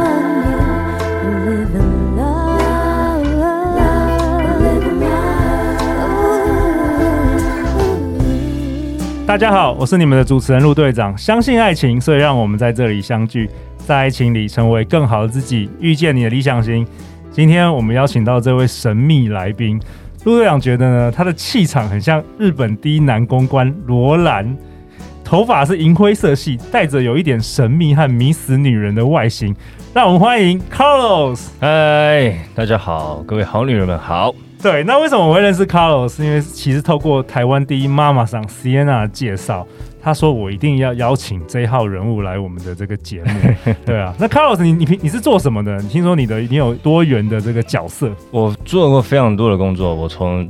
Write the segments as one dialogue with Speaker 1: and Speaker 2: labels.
Speaker 1: one you live in love, live in love.
Speaker 2: 大家好，我是你们的主持人陆队长。相信爱情，所以让我们在这里相聚，在爱情里成为更好的自己，遇见你的理想型。今天我们邀请到这位神秘来宾，陆队长觉得呢，他的气场很像日本第一男公关罗兰，头发是银灰色系，带着有一点神秘和迷死女人的外形。让我们欢迎 Carlos。
Speaker 3: 嗨，大家好，各位好女人们好。
Speaker 2: 对，那为什么我会认识 Carlos？是因为其实透过台湾第一妈妈桑 Sienna 的介绍，他说我一定要邀请这号人物来我们的这个节目。 对啊，那 Carlos，你你平你是做什么的？你听说你的你有多元的这个角色，
Speaker 3: 我做过非常多的工作，我从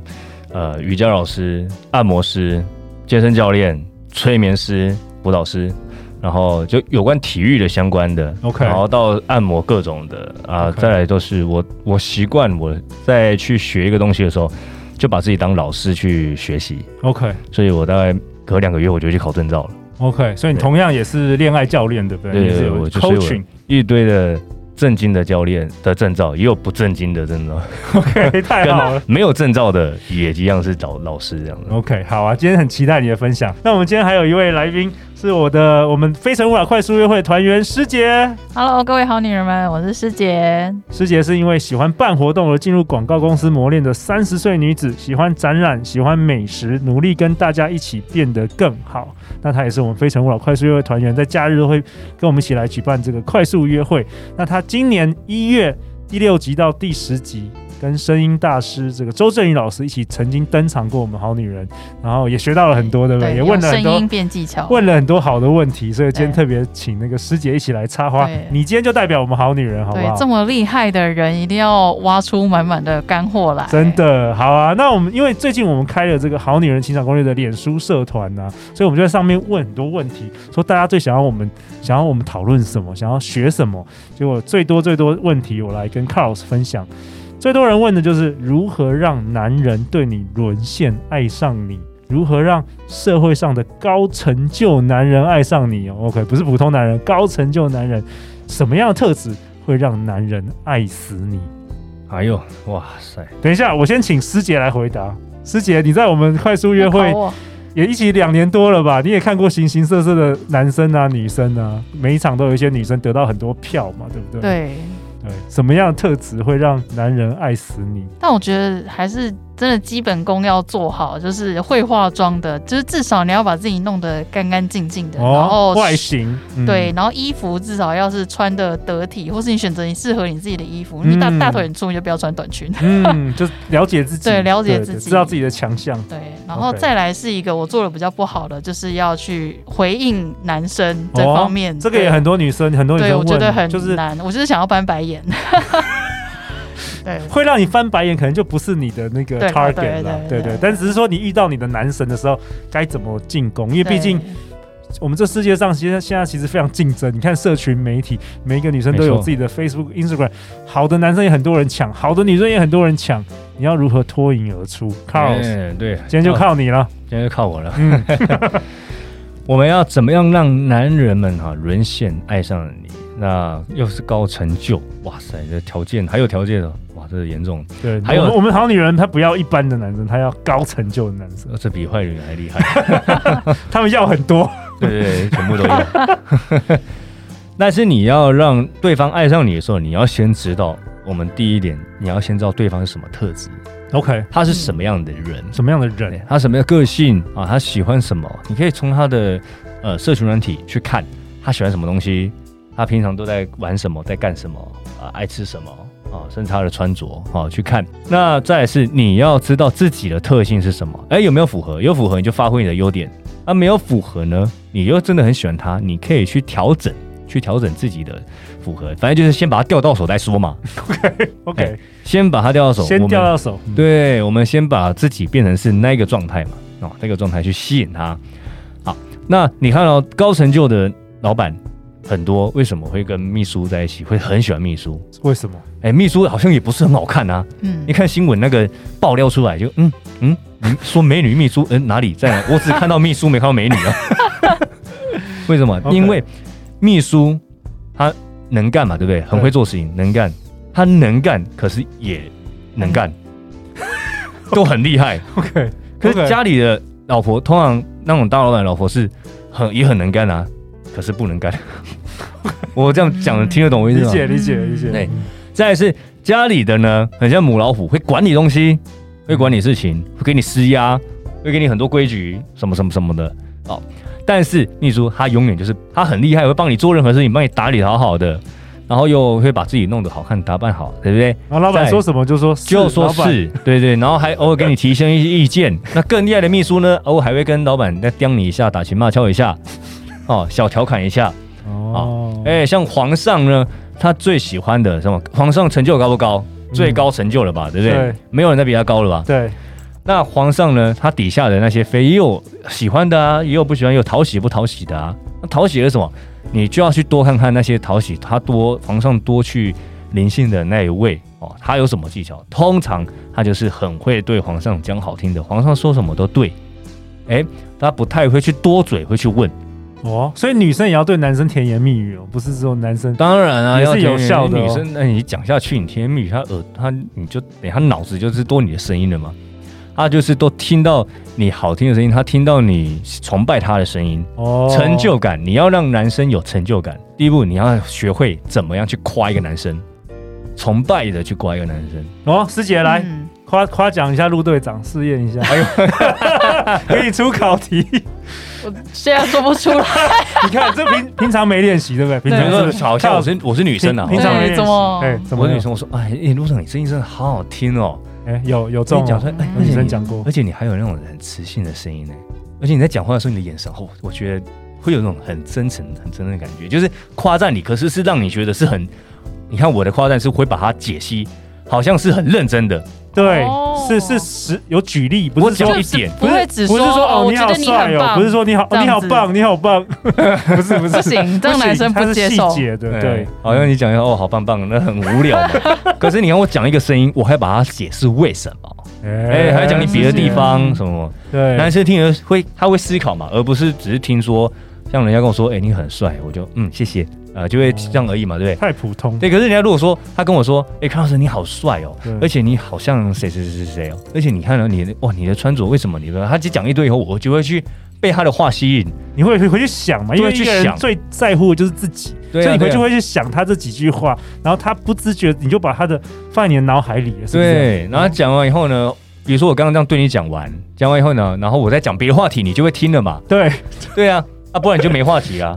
Speaker 3: 呃瑜伽老师、按摩师、健身教练、催眠师、舞蹈师，然后就有关体育的相关的
Speaker 2: OK
Speaker 3: 然后到按摩各种的啊
Speaker 2: OK
Speaker 3: 再来都是我我习惯我在去学一个东西的时候，就把自己当老师去学习，
Speaker 2: OK
Speaker 3: 所以我大概隔两个月我就去考证照了，
Speaker 2: OK，所以你
Speaker 3: 对
Speaker 2: 同样也是恋爱教练，对不对？
Speaker 3: 对
Speaker 2: 你是
Speaker 3: 对
Speaker 2: 有
Speaker 3: 我就是有
Speaker 2: coaching。
Speaker 3: 一堆的正经的教练的证照，也有不正经的证照。
Speaker 2: OK，太好了
Speaker 3: 跟。没有证照的也一样是找老师这样的。
Speaker 2: OK，好啊，今天很期待你的分享。那我们今天还有一位来宾是我的我们非诚勿扰快速约会团员师姐。
Speaker 4: Hello，各位好女人们，我是师姐。
Speaker 2: 师姐是因为喜欢办活动而进入广告公司磨练的三十岁女子，喜欢展览，喜欢美食，努力跟大家一起变得更好。那她也是我们非诚勿扰快速约会团员，在假日会跟我们一起来举办这个快速约会。那她今年一月第六集到第十集。跟声音大师这个周正宇老师一起曾经登场过我们好女人，然后也学到了很多，对不对？也
Speaker 4: 有
Speaker 2: 问了很
Speaker 4: 声
Speaker 2: 多
Speaker 4: 音变技巧，
Speaker 2: 问了很多好的问题，所以今天
Speaker 4: 对
Speaker 2: 特别请那个师姐一起来插花
Speaker 4: 对。
Speaker 2: 你今天就代表我们好女人，好不
Speaker 4: 对
Speaker 2: 好？
Speaker 4: 这么厉害的人，一定要挖出满满的干货来。
Speaker 2: 真，的好啊！那我们因为最近我们开了这个“好女人情场攻略”的脸书社团呢、所以我们就在上面问很多问题，说大家最想要我们想要我们讨论什么，想要学什么。结果最多最多问题，我来跟 Carlos 分享。最多人问的就是如何让男人对你沦陷，爱上你。如何让社会上的高成就男人爱上你哦？OK，不是普通男人，高成就男人，什么样的特质会让男人爱死你？
Speaker 3: 哎呦，哇塞！
Speaker 2: 等一下，我先请师姐来回答。师姐，你在我们快速约会
Speaker 4: 要考我
Speaker 2: 也一起两年多了吧？你也看过形形色色的男生啊、女生啊，每一场都有一些女生得到很多票嘛，对不对？
Speaker 4: 对，
Speaker 2: 对，什么样的特质会让男人爱死你？
Speaker 4: 但我觉得还是真的基本功要做好，就是会化妆的，就是至少你要把自己弄得干干净净的，然后
Speaker 2: 哦外形，嗯
Speaker 4: 对，，然后衣服至少要是穿的得体，或是你选择你适合你自己的衣服。你大
Speaker 2: 嗯
Speaker 4: 大腿很粗，你就不要穿短裙。
Speaker 2: 嗯，就是了解自己，
Speaker 4: 对了解
Speaker 2: 对
Speaker 4: 自
Speaker 2: 对
Speaker 4: 己
Speaker 2: 知道自己的强项。
Speaker 4: 对，然后
Speaker 2: OK
Speaker 4: 再来是一个我做的比较不好的，就是要去回应男生这
Speaker 2: 哦
Speaker 4: 方面。
Speaker 2: 这个也
Speaker 4: 对
Speaker 2: 很多女生，很多女
Speaker 4: 对，
Speaker 2: 生
Speaker 4: 我觉得
Speaker 2: 问，
Speaker 4: 很
Speaker 2: 就是
Speaker 4: 难，我就是想要翻白眼。 对
Speaker 2: 会让你翻白眼，可能就不是你的那个
Speaker 4: 对
Speaker 2: target
Speaker 4: 对
Speaker 2: 了，
Speaker 4: 对
Speaker 2: 对
Speaker 4: 对对。
Speaker 2: 但只是说你遇到你的男神的时候，该怎么进攻？因为毕竟我们这世界上其实现在其实非常竞争，你看社群媒体，每一个女生都
Speaker 3: 没
Speaker 2: 有
Speaker 3: 错
Speaker 2: 自己的 Facebook、Instagram，好的男生也很多人抢，好的女生也很多人抢，你要如何脱颖而出？Carl，、
Speaker 3: 嗯，对，
Speaker 2: 今天就靠嗯你了。
Speaker 3: 今天就靠我了。 我们要怎么样让男人们哈、沦陷爱上了你？那又是高成就，哇塞！这条件还有条件的，哦哇，这是严重，
Speaker 2: 对，
Speaker 3: 还有
Speaker 2: 我们我们好女人，她不要一般的男生，她要高成就的男生，
Speaker 3: 呃这比坏人还 厉害。
Speaker 2: 他们要很多。
Speaker 3: 对对对，全部都有。 但是你要让对方爱上你的时候，你要先知道我们第一点，你要先知道对方是什么特质，
Speaker 2: OK，
Speaker 3: 他是什么样的人，
Speaker 2: 什么样的
Speaker 3: 对
Speaker 2: 人？
Speaker 3: 他什么样的个性啊，他喜欢什么，你可以从他的呃社群软体去看他喜欢什么东西，他平常都在玩什么，在干什么啊，爱吃什么啊，甚至他的穿着啊去看。那再来是你要知道自己的特性是什么，哎，有没有符合？有符合你就发挥你的优点，啊，没有符合呢，你又真的很喜欢他，你可以去调整。去调整自己的符合，反正就是先把它调到手再说嘛，
Speaker 2: OK，
Speaker 3: 先把它调到手，
Speaker 2: 先
Speaker 3: 哎我们
Speaker 2: 掉到手。嗯，
Speaker 3: 对，我们先把自己变成是那个状态嘛，哦，那个状态去吸引他。好，那你看到、高成就的老板很多，为什么会跟秘书在一起？会很喜欢秘书？
Speaker 2: 为什么？
Speaker 3: 哎，秘书好像也不是很好看啊。
Speaker 4: 嗯
Speaker 3: 你，看新闻那个爆料出来就，嗯嗯，你说美女秘书，嗯、哪里在哪？我只看到秘书，没看到美女啊。 为什么？
Speaker 2: OK
Speaker 3: 因为秘书他能干嘛，对不对？很会做事情，能干，他能干，可是也 能干，都很厉害。
Speaker 2: OK，
Speaker 3: 可是家里的老婆，通常那种大老板的老婆是很也很能干啊，可是不能 干。我这样讲，听得懂我意
Speaker 2: 理
Speaker 3: 思吗？
Speaker 2: 解理解理解。
Speaker 3: 对再来是家里的呢，很像母老虎，会管理东西，会管理事情，会给你施压，会给你很多规矩，什么什么什么的。哦，但是秘书他永远就是他很厉害，会帮你做任何事情，帮你打理得好好的，然后又会把自己弄得好看，打扮好，对不对？
Speaker 2: 然后老板
Speaker 3: 在
Speaker 2: 说什么就说
Speaker 3: 就说
Speaker 2: 老板
Speaker 3: 是对对，然后还 偶尔给你提升一些意见。那更厉害的秘书呢，偶尔还会跟老板再刁你一下，打情骂俏一下，哦，小调侃一下。
Speaker 2: 哦，
Speaker 3: 哎、像皇上呢，他最喜欢的什么？皇上成就高不高？最高成就了吧，对不对？
Speaker 2: 对
Speaker 3: 没有人再比他高了吧？
Speaker 2: 对，
Speaker 3: 那皇上呢，他底下的那些妃也有喜欢的啊，也有不喜欢，也有讨喜不讨喜的啊。那讨喜的是什么？你就要去多看看那些讨喜，他多皇上多去临幸的那一位哦，他有什么技巧？通常他就是很会对皇上讲好听的，皇上说什么都对。哎，他不太会去多嘴，会去问。
Speaker 2: 哦，所以女生也要对男生甜言蜜语哦，不是只有男生。
Speaker 3: 当然啊，
Speaker 2: 也是
Speaker 3: 要
Speaker 2: 有效的哦
Speaker 3: 女生，那你讲下去，你甜言蜜语，她耳，她你就等她脑子就是多你的声音了嘛。她就是都听到你好听的声音，她听到你崇拜她的声音，
Speaker 2: 哦，
Speaker 3: 成就感。你要让男生有成就感，第一步你要学会怎么样去夸一个男生，崇拜的去夸一个男生。
Speaker 2: 哦，师姐来
Speaker 4: 嗯
Speaker 2: 夸夸奖一下陆队长，试验一下，
Speaker 3: 哎呦，
Speaker 2: 可以出考 题。
Speaker 4: 我现在做不出来，
Speaker 2: 你看这平平常没练习，对不对？平
Speaker 3: 你
Speaker 2: 常
Speaker 3: 说
Speaker 2: 是
Speaker 3: 好像
Speaker 2: 靠
Speaker 3: 我是我是女生啊，
Speaker 2: 平平常没
Speaker 4: 对
Speaker 2: 练习
Speaker 4: 怎么
Speaker 2: 哎，怎
Speaker 3: 我
Speaker 2: 么
Speaker 3: 是
Speaker 2: 了
Speaker 3: 女？生，我说哎，哎陆总你声音真的好好听哦。
Speaker 2: 哎，有有
Speaker 3: 你
Speaker 2: 中
Speaker 3: 讲出
Speaker 2: 哦，
Speaker 3: 来，哎，
Speaker 2: 有
Speaker 3: 而
Speaker 2: 女
Speaker 3: 且
Speaker 2: 生
Speaker 3: 你
Speaker 2: 讲过
Speaker 3: 而且你还有那种很磁性的声音呢，而且你在讲话的时候，你的眼神哦，我觉得会有那种很真诚、很真正的感觉，就是夸赞你，可是是让你觉得是很，你看我的夸赞是会把它解析，好像是很认真的，
Speaker 2: 对
Speaker 4: 哦，
Speaker 2: 是是实有举例，不
Speaker 3: 我
Speaker 2: 是
Speaker 3: 只
Speaker 2: 说
Speaker 3: 有
Speaker 4: 就
Speaker 3: 一
Speaker 4: 是
Speaker 3: 点
Speaker 4: 不会只
Speaker 2: 不是说
Speaker 4: 哦，
Speaker 2: 哦
Speaker 4: 我
Speaker 2: 你
Speaker 4: 觉
Speaker 2: 好
Speaker 4: 得你
Speaker 2: 帅
Speaker 4: 很
Speaker 2: 哦，
Speaker 4: 棒，
Speaker 2: 不是说你好哦
Speaker 4: 这样
Speaker 2: 你好
Speaker 4: 子
Speaker 2: 棒你好 棒，不是不是
Speaker 4: 不行，这样男生
Speaker 2: 不
Speaker 4: 不
Speaker 2: 行
Speaker 4: 接
Speaker 2: 它
Speaker 4: 受
Speaker 2: 是细。节的，对，
Speaker 3: 哎好像你讲一下哦，好棒棒，那很无聊嘛。 可是你看我讲一个声音，我还把它解释为什么，哎、还要讲你别的地方什么，
Speaker 2: 对，
Speaker 3: 男生听了会他会思考嘛，而不是只是听说，像人家跟我说，哎、你很帅，我就嗯谢谢，呃，就会这样而已嘛，对不对？
Speaker 2: 太普通，
Speaker 3: 对，可是人家如果说他跟我说，哎、康老师你好帅哦
Speaker 2: 对，
Speaker 3: 而且你好像谁谁谁谁谁哦，而且你看到你的哇，你的穿着为什么你的？他只讲一堆以后，我就会去被他的话吸引，
Speaker 2: 你会回去想嘛，因为
Speaker 3: 对
Speaker 2: 一个
Speaker 3: 去
Speaker 2: 人
Speaker 3: 想
Speaker 2: 最在乎的就是自己，
Speaker 3: 对啊
Speaker 2: 所以你回
Speaker 3: 对啊
Speaker 2: 去会去想他这几句话，然后他不自觉你就把他的放在你的脑海里了，是不是？
Speaker 3: 对，然后讲完以后呢，比如说我刚刚这样对你讲完，讲完以后呢，然后我再讲别的话题，你就会听 了嘛，
Speaker 2: 对，
Speaker 3: 对啊，啊，不然你就没话题啦。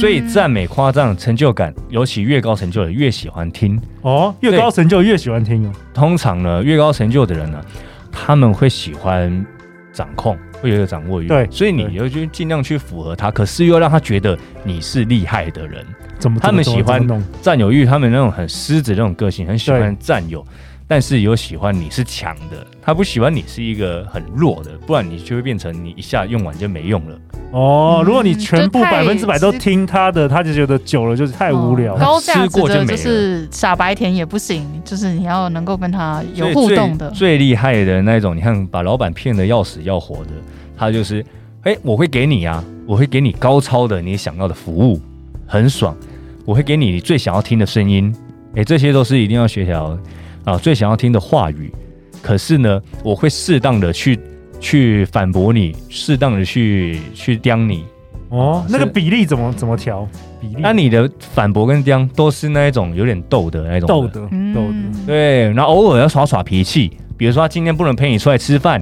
Speaker 3: 所以赞美、夸赞、成就感，尤其越高成就的越喜欢听。
Speaker 2: 哦，越
Speaker 3: 对
Speaker 2: 高成就越喜欢听哦，
Speaker 3: 通常呢，越高成就的人呢，他们会喜欢掌控，会有一个掌握欲。
Speaker 2: 对
Speaker 3: 所以你
Speaker 2: 对
Speaker 3: 要去尽量去符合他，可是又让他觉得你是厉害的人。
Speaker 2: 怎么
Speaker 3: 他们
Speaker 2: 怎么
Speaker 3: 喜欢
Speaker 2: 怎么弄？
Speaker 3: 占有欲，他们那种很狮子那种个性，很喜
Speaker 2: 对
Speaker 3: 欢占有，但是有喜欢你是强的，他不喜欢你是一个很弱的，不然你就会变成你一下用完就没用了。
Speaker 2: 哦，
Speaker 4: 嗯
Speaker 2: 如果你全部
Speaker 4: 就太
Speaker 2: 百分之百都听他的，他就觉得久了就是太无聊
Speaker 4: 哦
Speaker 2: 了。
Speaker 4: 高价
Speaker 3: 吃
Speaker 4: 值
Speaker 3: 过就
Speaker 4: 的
Speaker 3: 没
Speaker 4: 就
Speaker 3: 了
Speaker 4: 是傻白甜也不行，就是你要能够跟他有互
Speaker 3: 所以
Speaker 4: 动的
Speaker 3: 最。最厉害的那一种，你看把老板骗得要死要活的，他就是，哎、我会给你啊，我会给你高超的你想要的服务，很爽，我会给你你最想要听的声音，哎、这些都是一定要学起来哦啊，最想要听的话语。可是呢，我会适当的去去反驳你，适当的去去刁你，
Speaker 2: 哦
Speaker 3: 啊，
Speaker 2: 那个
Speaker 3: 是
Speaker 2: 比例怎么怎么调？比例？
Speaker 3: 那你的反驳跟刁都是那一种有点逗的那种
Speaker 2: 逗的
Speaker 4: 嗯
Speaker 2: 逗的，
Speaker 3: 对，然后偶尔要耍耍脾气，比如说他今天不能陪你出来吃饭，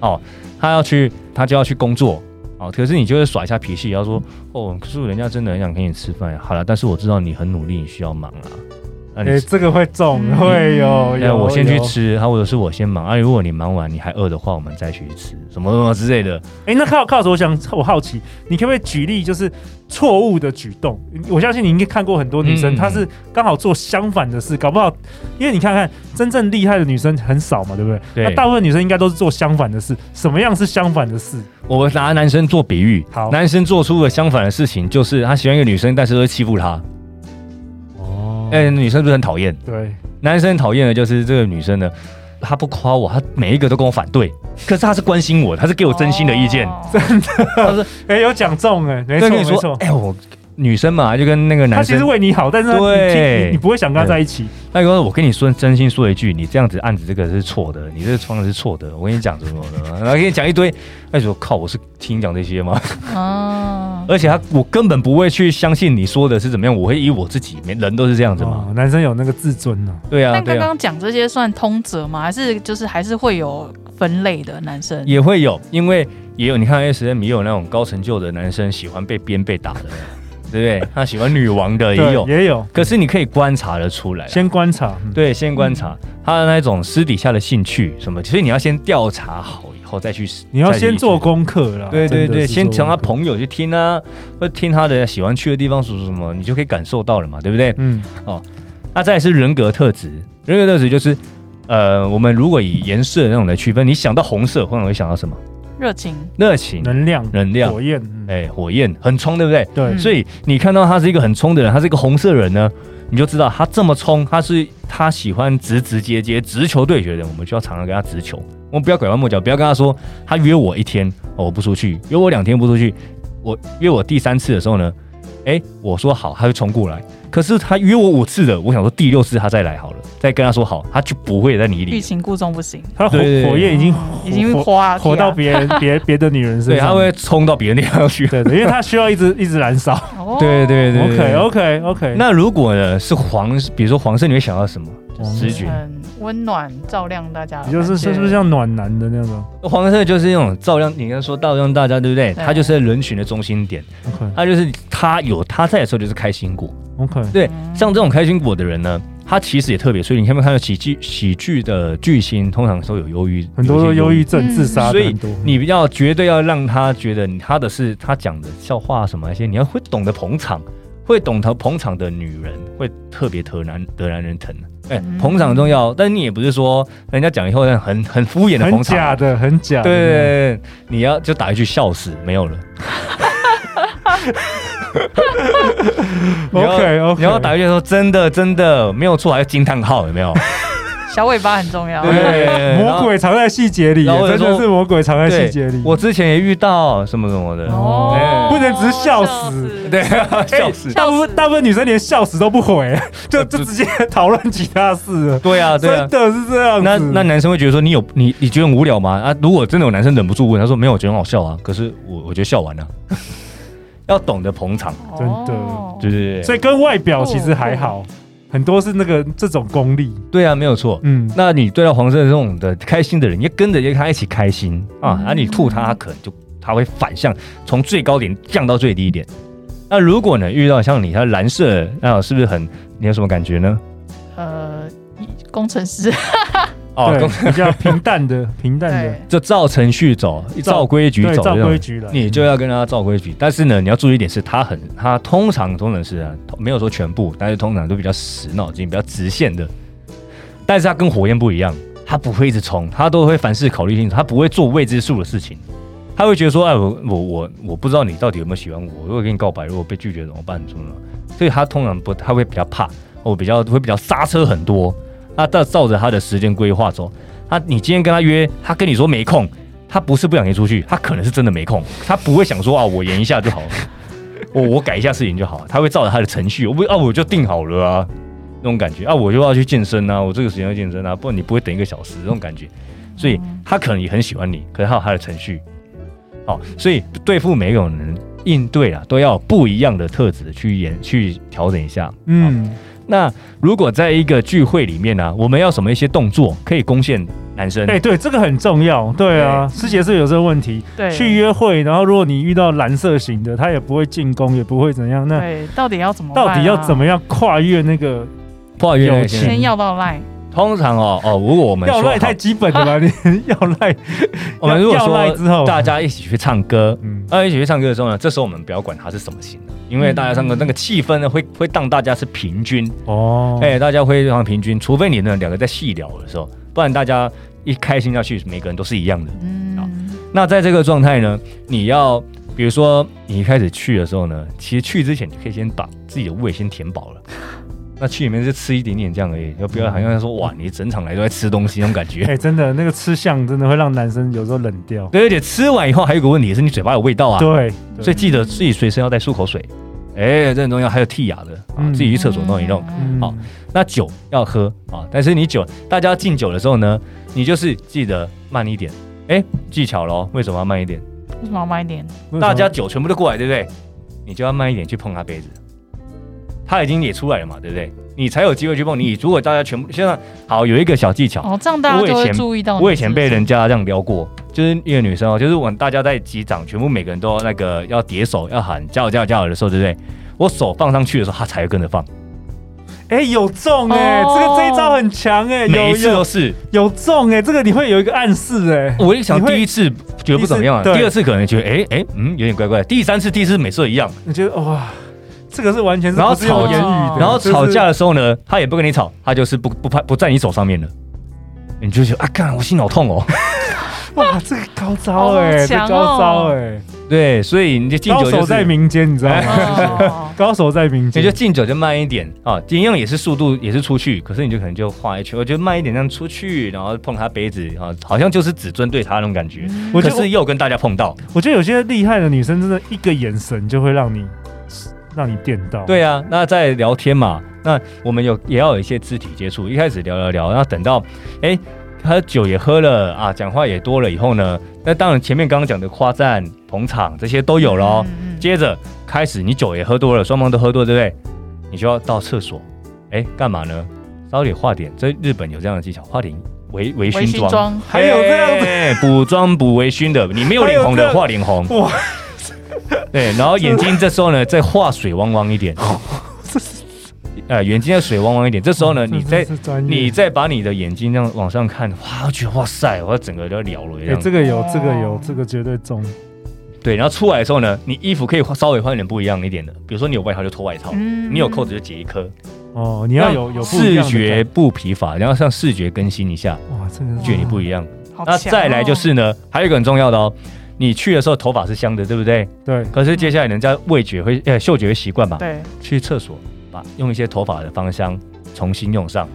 Speaker 3: 哦，他要去，他就要去工作，哦，可是你就会耍一下脾气，要说，哦，可是人家真的很想跟你吃饭，啊好了，但是我知道你很努力，你需要忙啊，那你
Speaker 2: 哎，这个会中，
Speaker 4: 嗯
Speaker 2: 会有
Speaker 4: 哎
Speaker 3: 哎，
Speaker 2: 有。
Speaker 3: 我先去
Speaker 2: 有。
Speaker 3: 吃，啊，或者是我先忙啊。如果你忙完你还饿的话，我们再去吃什么什么之类的。
Speaker 2: 哎，那靠靠着，我想我好奇，你可不可以举例，就是错误的举动？我相信你应该看过很多女生，
Speaker 3: 嗯
Speaker 2: 她是刚好做相反的事，搞不好，因为你看看真正厉害的女生很少嘛，对不对？
Speaker 3: 对
Speaker 2: 那大部分女生应该都是做相反的事。什么样是相反的事？
Speaker 3: 我拿男生做比喻，
Speaker 2: 好
Speaker 3: 男生做出的相反的事情就是他喜欢一个女生，但是会欺负她。
Speaker 2: 哦，
Speaker 3: 哎、女生不是很讨厌，
Speaker 2: 对，
Speaker 3: 男生讨厌的就是这个女生呢，她不夸我，她每一个都跟我反对，可是她是关心我，她是给我真心的意见，
Speaker 4: 哦
Speaker 3: 她是
Speaker 2: 哎，有讲中哎，没错
Speaker 3: 她跟
Speaker 2: 没
Speaker 3: 你说
Speaker 2: 错，，
Speaker 3: 哎、我女生嘛，就跟那个
Speaker 2: 她
Speaker 3: 男
Speaker 2: 其
Speaker 3: 生
Speaker 2: 实，为你好，但是她你
Speaker 3: 对
Speaker 2: 听你你不会想跟她在一起。
Speaker 3: 那个我跟你说，真心说一句，你这样子案子这个是错的，你这个方式是错的，我跟你讲什么的，然后跟你讲一堆，哎那你说靠，我是听你讲这些吗？
Speaker 2: 哦
Speaker 4: 啊，
Speaker 3: 而且他我根本不会去相信你说的是怎么样，我会以我自己，人都是这样子嘛，
Speaker 2: 哦，男生有那个自尊哦呢、
Speaker 3: 对啊，
Speaker 4: 但刚
Speaker 3: 对啊。
Speaker 4: 刚讲这些算通则吗？还是就是还是会有分类的男生？
Speaker 3: 也会有，因为也有你看 S M 也有那种高成就的男生喜欢被鞭被打的， 对不对？他喜欢女王的也
Speaker 2: 对
Speaker 3: 有，
Speaker 2: 也有，
Speaker 3: 可是你可以观察得出来啊。
Speaker 2: 先观察，嗯
Speaker 3: 对，先观察他的那种私底下的兴趣什么，其实你要先调查好以后再去，
Speaker 2: 你要
Speaker 3: 再去
Speaker 2: 先做功课啦。
Speaker 3: 对对
Speaker 2: 真的
Speaker 3: 对，
Speaker 2: 是
Speaker 3: 先
Speaker 2: 做
Speaker 3: 从
Speaker 2: 功
Speaker 3: 他
Speaker 2: 课，
Speaker 3: 朋友去听啊，或听他的喜欢去的地方什么什么，你就可以感受到了嘛，对不对？
Speaker 2: 嗯，
Speaker 3: 那再来是人格特质，人格特质就是，呃，我们如果以颜色那种来区分，你想到红色，会会想到什么？
Speaker 4: 热情，
Speaker 3: 热情、
Speaker 2: 能量、
Speaker 3: 能量、
Speaker 2: 火焰，嗯
Speaker 3: 哎、火焰，很冲，对不对？
Speaker 2: 对
Speaker 4: 嗯，
Speaker 3: 所以你看到他是一个很冲的人，他是一个红色人呢，你就知道他这么冲，他是他喜欢直直接接、直球对决的人，我们就要常常跟他直球，我们不要拐弯抹角，不要跟他说他约我一天、哦我不出去，约我两天不出去，我约我第三次的时候呢，哎、我说好，他就冲过来，可是他约我五次的，我想说第六次他再来好了，再跟他说好，他就不会在你
Speaker 4: 欲
Speaker 3: 里，
Speaker 4: 擒故纵不行，
Speaker 2: 他火
Speaker 3: 对对对
Speaker 2: 火焰已经
Speaker 4: 嗯已经
Speaker 2: 火
Speaker 4: 花
Speaker 2: 火到别人别别的女人身
Speaker 3: 对，
Speaker 2: 上，
Speaker 3: 他会冲到别人地方去。
Speaker 2: 对对，因为他需要一直一直燃烧。
Speaker 3: 对对对
Speaker 2: OK OK OK，
Speaker 3: 那如果呢是黄，比如说黄色，你会想到什么？直觉
Speaker 4: 很温暖，照亮大家的
Speaker 2: 也
Speaker 4: 感觉。
Speaker 2: 就是是不是像暖男的那种
Speaker 3: 黄色就是那种照亮，你刚刚说照亮大家，对不对？
Speaker 4: 对
Speaker 3: 它就是人群的中心点，
Speaker 2: ？OK
Speaker 3: 它就是他有他在的时候就是开心果。
Speaker 2: OK，
Speaker 3: 对，
Speaker 4: 嗯
Speaker 3: 像这种开心果的人呢，他其实也特别所以你看没有看到喜剧喜剧的巨星通常都有忧郁，
Speaker 2: 很多
Speaker 3: 有
Speaker 2: 都
Speaker 3: 一些
Speaker 2: 忧郁。症、自杀
Speaker 3: 所
Speaker 2: 的
Speaker 3: 以
Speaker 2: 很多。
Speaker 3: 你要绝对要让他觉得你他的是他讲的笑话什么那些，你要会懂得捧场，会懂得捧场的女人会特别得男得男人疼。哎、
Speaker 4: 嗯
Speaker 3: 捧场很重要，但你也不是说人家讲以后很很敷衍的
Speaker 2: 很
Speaker 3: 捧场，
Speaker 2: 假的，很假的。
Speaker 3: 对，你要就打一句笑死，没 有了。你要
Speaker 2: OK，OK
Speaker 3: 你要打一句说真的真的没有错，还有惊叹号 有没有？
Speaker 4: 小尾巴很重要。
Speaker 3: 对
Speaker 2: 魔。鬼藏在细节里耶，
Speaker 3: 然后有
Speaker 2: 真
Speaker 3: 时候
Speaker 2: 的是魔鬼藏在
Speaker 3: 然后对
Speaker 2: 细节里。
Speaker 3: 我之前也遇到什么什么的，
Speaker 4: 哦
Speaker 3: 哎，
Speaker 2: 不能只是笑死
Speaker 3: 对，， 笑死，
Speaker 2: 大部分大部分女生连笑死都不回，就就直接 讨论其他事了。
Speaker 3: 对啊啊对啊
Speaker 2: 真。的是这样子。
Speaker 3: 那那男生会觉得说你有你你觉得很无聊吗？啊，如果真的有男生忍不住问，他说没有，我觉得很好笑啊，可是我我觉得笑完了， 要懂得捧场，
Speaker 2: 真的
Speaker 4: 哦
Speaker 3: 对对对，
Speaker 2: 所以跟外表其实还好，很多是那个这种功力。
Speaker 3: 对啊，没有错，
Speaker 2: 嗯，
Speaker 3: 那你对到黄色这种的开心的人，也跟着也跟他一起开心啊，
Speaker 4: 嗯
Speaker 3: 那、你吐他，他可能就他会反向从最高点降到最低点。那如果呢遇到像你，他蓝色，那是不是很你有什么感觉呢？
Speaker 4: 呃，工程师，
Speaker 3: 哦，
Speaker 2: 对
Speaker 3: 公，
Speaker 2: 比较平淡 的，平淡的
Speaker 4: 对，，
Speaker 3: 就照程序走，照规矩
Speaker 2: 对，
Speaker 3: 走
Speaker 2: 照
Speaker 3: 这
Speaker 2: 规
Speaker 3: 种。
Speaker 2: 矩来。
Speaker 3: 你就要跟他照规矩，但是呢，你要注意一点是，他很他通常通常是啊，没有说全部，但是通常都比较死脑筋、比较直线的。但是他跟火焰不一样，他不会一直冲，他都会凡事考虑清楚，他不会做未知数的事情。他会觉得说，哎，我我我我不知道你到底有没有喜欢我，如果跟你告白，如果被拒绝怎么办？怎么了？所以他通常不，他会比较怕，我比较会比较刹车很多。他照照着他的时间规划走，他你今天跟他约，他跟你说没空，他不是不想跟你出去，他可能是真的没空，他不会想说啊，我延一下就好， 我我改一下事情就好，他会照着他的程序，我不啊我就定好了啊，那种感觉啊，我就要去健身啊，我这个时间要健身啊，不然你不会等一个小时这种感觉，所哦以他可能也很喜欢你，可是他有他的程序，好，所以对付每一种人应对啊，都要有不一样的特质去演去调整一下。啊，
Speaker 2: 嗯，
Speaker 3: 那如果在一个聚会里面呢、啊我们要什么一些动作可以攻陷男生？
Speaker 2: 哎、对，这个很重要，对啊，师姐是有这个问题，
Speaker 4: 对，
Speaker 2: 去约会，然后如果你遇到蓝色型的，他也不会进攻，也不会怎样，那
Speaker 4: 对，到底要怎么办
Speaker 2: 到
Speaker 4: 啊？
Speaker 2: 底要怎么样跨越那个？
Speaker 3: 跨越那个
Speaker 2: 友情
Speaker 3: 线
Speaker 4: 先要到赖？
Speaker 3: 通常哦哦，如果我们
Speaker 2: 要
Speaker 3: 说
Speaker 2: 赖
Speaker 3: 好
Speaker 2: 太基本了吧？你 要赖，
Speaker 3: 我们如果
Speaker 2: 要赖
Speaker 3: 说
Speaker 2: 之后，
Speaker 3: 大家一起去唱歌，
Speaker 2: 嗯，
Speaker 3: 大家一起去唱歌的时候呢，这时候我们不要管它是什么型的，因为大家
Speaker 2: 嗯
Speaker 3: 唱歌那个气氛呢，会会让大家是平均，
Speaker 2: 哦，
Speaker 3: 哎、大家会让平均，除非你呢两个在细聊的时候，不然大家一开心下去，每个人都是一样的。好
Speaker 4: 嗯，
Speaker 3: 那在这个状态呢，你要比如说你一开始去的时候呢，其实去之前你可以先把自己的胃先填 饱了。那去里面就吃一点点这样而已，要不要好像说哇，你整场来都在吃东西那种感
Speaker 2: 哎、
Speaker 3: 觉？
Speaker 2: 真的，那个吃相真的会让男生有时候冷掉。
Speaker 3: 对，而且吃完以后还有一个问题是你嘴巴有味道啊，
Speaker 2: 对，
Speaker 3: 所以记得自己随身要带漱口水，哎、这很重要。还有剔牙的，啊
Speaker 2: 嗯
Speaker 3: 自己去厕所弄一弄。
Speaker 2: 嗯
Speaker 3: 好，那酒要喝啊，但是你酒，大家敬酒的时候呢，你就是记得慢一点。哎、技巧咯，为什么要慢一点？
Speaker 4: 为什么要慢一点？
Speaker 2: 为什么
Speaker 3: 大家酒全部都过来，对不对？你就要慢一点去碰他杯子，他已经也出来了嘛，对不对？你才有机会去碰你。如果大家全部现在好有一个小技巧，
Speaker 4: 哦，这样大家就
Speaker 3: 我以
Speaker 4: 会
Speaker 3: 前
Speaker 4: 注意到你。
Speaker 3: 我以前被
Speaker 4: 是
Speaker 3: 人家这样撩过，就是一个女生哦，就是我们大家在击掌，全部每个人都要那个要叠手，要喊加油加油加油的时候，对不对？我手放上去的时候，她才会跟着放，
Speaker 2: 哎、有中哎、
Speaker 4: 哦
Speaker 2: 这个这一招很强哎、
Speaker 3: 每一
Speaker 2: 有
Speaker 3: 次都
Speaker 2: 有
Speaker 3: 是。
Speaker 2: 有中哎、这个你会有一个暗示哎、
Speaker 3: 我一想
Speaker 2: 你会
Speaker 3: 第一次觉得不怎么样啊，
Speaker 2: 第一次对
Speaker 3: 第二次可能觉得哎哎嗯有点怪怪，第三次第四次每次都一样，
Speaker 2: 你觉得哇，这个是完全是
Speaker 3: 然后
Speaker 2: 不是用
Speaker 4: 吵
Speaker 2: 言语的，
Speaker 4: 对
Speaker 3: 然后
Speaker 2: 就是
Speaker 3: 吵架的时候呢，她也不跟你吵，她就是不不拍不在你手上面了。你就觉得啊，看我心好痛哦。
Speaker 2: 哇，这个高招哎、
Speaker 4: 好
Speaker 2: 这
Speaker 4: 强哦
Speaker 2: 高招哎、
Speaker 3: 对，所以你就敬
Speaker 2: 高
Speaker 3: 酒就
Speaker 2: 手在
Speaker 3: 是，哎
Speaker 2: 民间，你知道吗？
Speaker 4: 哦
Speaker 2: 高手在民
Speaker 3: 你
Speaker 2: 间，
Speaker 3: 就敬酒就慢一点啊，一样也是速度也是出去，可是你就可能就画一圈，我觉得慢一点这样出去，然后碰她杯子啊，好像就是只针对她那种感觉。
Speaker 2: 我
Speaker 3: 可
Speaker 2: 觉得
Speaker 3: 是又跟大家碰到，
Speaker 2: 我觉得有些厉害的女生，真的一个眼神就会让你让你电到。
Speaker 3: 对啊，那在聊天嘛，那我们有也要有一些肢体接触。一开始聊聊聊，然后等到哎、喝酒也喝了啊，讲话也多了以后呢，那当然前面刚刚讲的夸赞、捧场这些都有了哦。
Speaker 4: 嗯嗯
Speaker 3: 接着开始你酒也喝多了，双方都喝多，对不对？你就要到厕所，哎、干嘛呢？稍微化点，在日本有这样的技巧，化点微微
Speaker 4: 微
Speaker 3: 醺
Speaker 4: 醺
Speaker 3: 妆。
Speaker 4: 妆，
Speaker 2: 还有这样子
Speaker 3: 哎补妆补微醺的，你没有脸红
Speaker 2: 还有
Speaker 3: 的
Speaker 2: 这
Speaker 3: 画脸红，
Speaker 2: 哇，
Speaker 3: 对，然后眼睛这时候呢再画水汪 汪一点，呃，眼睛要水汪汪一点。这时候呢，你
Speaker 2: 这
Speaker 3: 再
Speaker 2: 真是专业
Speaker 3: 你再把你的眼睛这样往上看，哇，我觉得哇塞，我整个都了了这
Speaker 2: 哎、
Speaker 3: 样。
Speaker 2: 这个有，这个有
Speaker 4: 哦，
Speaker 2: 这个绝对中。
Speaker 3: 对，然后出来的时候呢，你衣服可以稍微换点不一样一点的，比如说你有外套就脱外套，
Speaker 4: 嗯
Speaker 3: 你有扣子就解一颗，
Speaker 2: 哦，你要有有不一
Speaker 3: 视
Speaker 2: 样的哦
Speaker 3: 觉不疲乏，然后让视觉更新一下，
Speaker 2: 感觉哇，这个
Speaker 3: 觉得你不一样。
Speaker 4: 好
Speaker 3: 那
Speaker 4: 强
Speaker 3: 再来
Speaker 4: 哦
Speaker 3: 就是呢，还有一个很重要的哦，你去的时候头发是香的，对不对？
Speaker 2: 对，
Speaker 3: 可是接下来人家味觉会呃嗅觉会习惯吧，
Speaker 4: 对，
Speaker 3: 去厕所把用一些头发的芳香重新用上。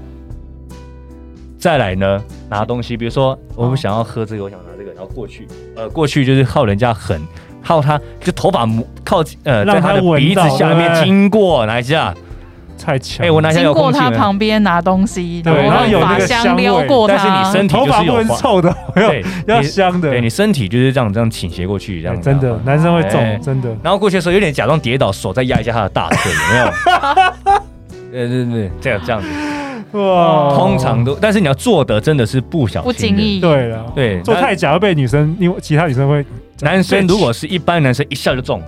Speaker 3: 再来呢，拿东西，比如说我们想要喝这个，我想拿这个，然后过去，呃，过去就是靠人家狠，靠他就头发摸靠近呃，
Speaker 2: 让
Speaker 3: 在他
Speaker 2: 他
Speaker 3: 的
Speaker 2: 闻
Speaker 3: 鼻子
Speaker 2: 到
Speaker 3: 下面
Speaker 2: 对不对
Speaker 3: 经过，拿一下，
Speaker 2: 太强。
Speaker 3: 哎、我拿一下
Speaker 4: 经
Speaker 3: 遥控
Speaker 4: 过
Speaker 3: 器
Speaker 4: 他
Speaker 3: 呢
Speaker 4: 旁边拿东西，
Speaker 2: 对
Speaker 3: 然后有那
Speaker 4: 法
Speaker 3: 个
Speaker 2: 香
Speaker 4: 香
Speaker 2: 味
Speaker 4: 撩过他，
Speaker 3: 但是你身体
Speaker 2: 头
Speaker 3: 就
Speaker 2: 发
Speaker 3: 是
Speaker 2: 不
Speaker 3: 有
Speaker 2: 能
Speaker 3: 花，
Speaker 2: 臭的，我要
Speaker 3: 对，
Speaker 2: 要
Speaker 3: 你
Speaker 2: 香的。
Speaker 3: 对你身体就是这样这样倾斜过去，这
Speaker 2: 哎
Speaker 3: 样、
Speaker 2: 真的，男生会
Speaker 3: 哎
Speaker 2: 中，真的。
Speaker 3: 然后过去的时候有点假装跌倒，手再压一下他的大腿，有没有？对对对，这样这样子，
Speaker 2: 哇，
Speaker 3: 哦通常都，但是你要做的真的是不小心，
Speaker 4: 不经。意，嗯
Speaker 2: 对了，
Speaker 3: 对，
Speaker 2: 做太假会被女生，因为其他女生会
Speaker 3: 那男生如果是一般男生一下就中，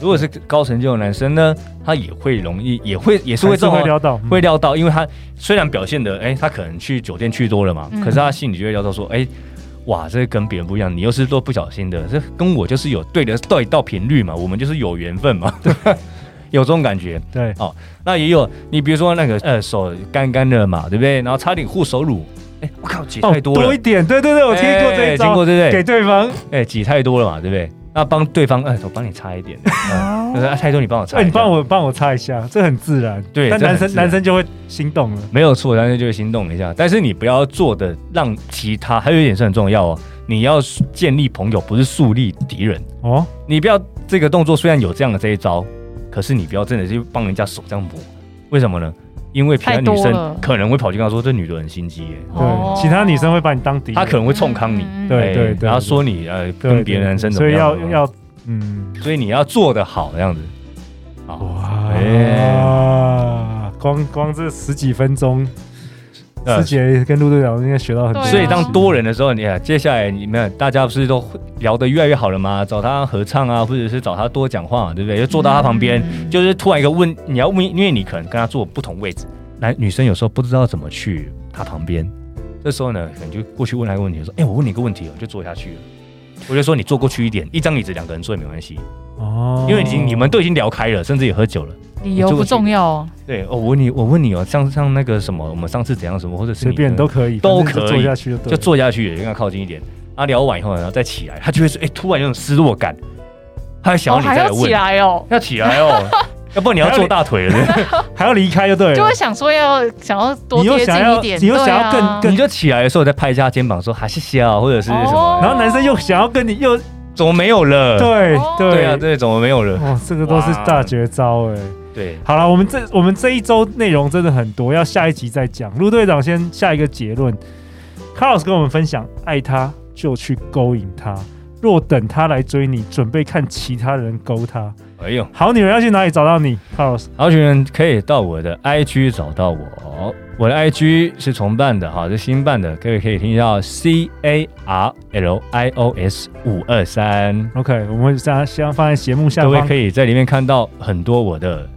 Speaker 3: 如果是高成就的男生呢，他也会容易，也会也是会
Speaker 2: 还
Speaker 3: 中、
Speaker 2: 会
Speaker 3: 哦。
Speaker 2: 撩到，
Speaker 3: 会料到，因为他虽然表现的，哎、他可能去酒店去多了嘛，
Speaker 4: 嗯
Speaker 3: 可是他心里就会料到说，哎、哇，这跟别人不一样，你又是做不小心的，这跟我就是有对的对到频率嘛，我们就是有缘分嘛， 有这种感觉。
Speaker 2: 嗯对，
Speaker 3: 那也有，你比如说那个呃手干干的嘛，对不对？然后擦点护手乳，哎，我靠，挤太多
Speaker 2: 哦
Speaker 3: 了，
Speaker 2: 多一点，对对对，我听过这
Speaker 3: 哎
Speaker 2: 一
Speaker 3: 听
Speaker 2: 招
Speaker 3: 过，对不
Speaker 2: 给
Speaker 3: 对？
Speaker 2: 对方，
Speaker 3: 哎，挤太多了嘛，对不对？那帮对方，哎，我帮你擦一点，嗯就是啊太多你帮我擦，
Speaker 2: 哦哎，你帮，我帮我擦一下，这很自然，
Speaker 3: 对
Speaker 2: 但
Speaker 3: 这很
Speaker 2: 男生
Speaker 3: 自然
Speaker 2: 男生就会心动了，
Speaker 3: 没有错，男生就会心动一下，但是你不要做的让其他，还有一点是很重要哦，你要建立朋友，不是树立敌人。
Speaker 2: 哦，
Speaker 3: 你不要这个动作虽然有这样的这一招，可是你不要真的去帮人家手这样抹，为什么呢？因为其他
Speaker 4: 太
Speaker 3: 女
Speaker 4: 多
Speaker 3: 生
Speaker 4: 了
Speaker 3: 可能会跑去跟他说，这女的很心机耶。
Speaker 4: 哦
Speaker 2: 对，其他女生会把你当敌人，
Speaker 3: 他可能会冲康你，
Speaker 4: 嗯嗯嗯
Speaker 2: 对
Speaker 3: 哎
Speaker 2: 对对
Speaker 3: 然后说你呃
Speaker 2: 对
Speaker 3: 跟别人男生怎
Speaker 2: 所
Speaker 3: 么
Speaker 2: 以
Speaker 3: 样，啊
Speaker 2: 要
Speaker 3: 怎么样
Speaker 2: 要嗯，
Speaker 3: 所以你要做得好这样子。好，
Speaker 2: 哇，
Speaker 3: 哎
Speaker 2: 光光这十几分钟，
Speaker 3: 呃
Speaker 2: 师姐跟陆队长应该学到很多。
Speaker 4: 对啊
Speaker 3: 所以当多人的时候，你看接下来你们大家不是都会聊得越来越好了吗？找他合唱啊，或者是找他多讲话、对不对？就坐到他旁边，
Speaker 4: 嗯
Speaker 3: 就是突然一个问，你要问，因为你可能跟他坐不同位置，男女生有时候不知道怎么去他旁边，这时候呢，可能就过去问他一个问题，说：“哎、我问你一个问题哦，就坐下去了。”我就说你坐过去一点，一张椅子两个人坐也没关系，
Speaker 2: 哦
Speaker 3: 因为已经你们都已经聊开了，甚至也喝酒了。
Speaker 4: 理由不重要哦，
Speaker 3: 对，哦，我问你，我问你哦，像像那个什么，我们上次怎样什么，或者是
Speaker 2: 随
Speaker 3: 你
Speaker 2: 便
Speaker 3: 的
Speaker 2: 都可以，
Speaker 3: 都
Speaker 2: 反正
Speaker 3: 可以
Speaker 2: 就做下去就对
Speaker 3: 就
Speaker 2: 了。
Speaker 3: 坐下去，也跟他靠近一点。啊，聊完以后呢，然后再起来，他就会说，哎、突然有种失落感，他还想
Speaker 4: 哦
Speaker 3: 要你
Speaker 4: 还
Speaker 3: 再来
Speaker 4: 要
Speaker 3: 问，
Speaker 4: 起来哦，
Speaker 3: 要起来 哦，要不然你要坐大腿了，对
Speaker 2: 还要离开就对
Speaker 4: 就
Speaker 2: 了
Speaker 4: 会。想说要想要多
Speaker 2: 你又
Speaker 4: 贴近
Speaker 2: 想要
Speaker 4: 一点，
Speaker 2: 你又想要
Speaker 4: 对
Speaker 2: 更
Speaker 4: 啊
Speaker 2: 更
Speaker 3: 你就起来的时候再拍一下肩膀说还是笑，或者是什么，
Speaker 4: 哦
Speaker 2: 然后男生又想要跟你又
Speaker 3: 怎么没有了？
Speaker 2: 对
Speaker 4: 哦
Speaker 3: 对啊，对，怎么没有了？
Speaker 2: 哦，这个都是
Speaker 3: 哇
Speaker 2: 大绝招哎。
Speaker 3: 对，
Speaker 2: 好了，我们这我们这一周内容真的很多，要下一集再讲。陆队长先下一个结论，卡老师跟我们分享，爱他就去勾引他，若等他来追你，准备看其他人勾他。
Speaker 3: 哎呦，
Speaker 2: 好女人要去哪里找到你，卡老师？
Speaker 3: 好学员可以到我的 IG 找到我，我的 IG 是重办的哈，是新办的，各位可以听到 C A R L I O S 五二三，
Speaker 2: OK，我们将先放在节目下
Speaker 3: 各位
Speaker 2: 方
Speaker 3: 可。以在里面看到很多我的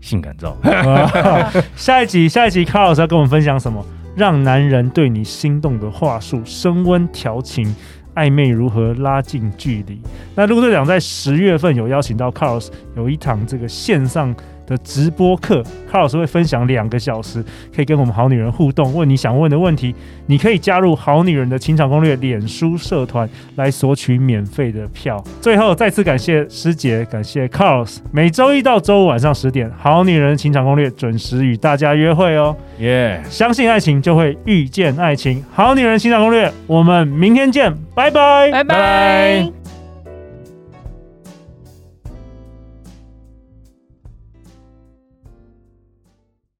Speaker 3: 性感照。
Speaker 2: 哇 下一集，下一集，卡老师要跟我们分享什么？让男人对你心动的话术，升温调情，暧昧如何拉近距离？那陆队长在十月份有邀请到 Carlos 有一堂这个线上的直播课，Carlos 会分享两个小时，可以跟我们好女人互动，问你想问的问题。你可以加入好女人的情场攻略脸书社团来索取免费的票。最后再次感谢师姐，感谢 Carlos。每周一到周五晚上十点，《好女人的情场攻略》准时与大家约会哦。
Speaker 3: 耶、
Speaker 2: 相信爱情，就会遇见爱情。好女人情场攻略，我们明天见，拜拜，
Speaker 4: 拜拜。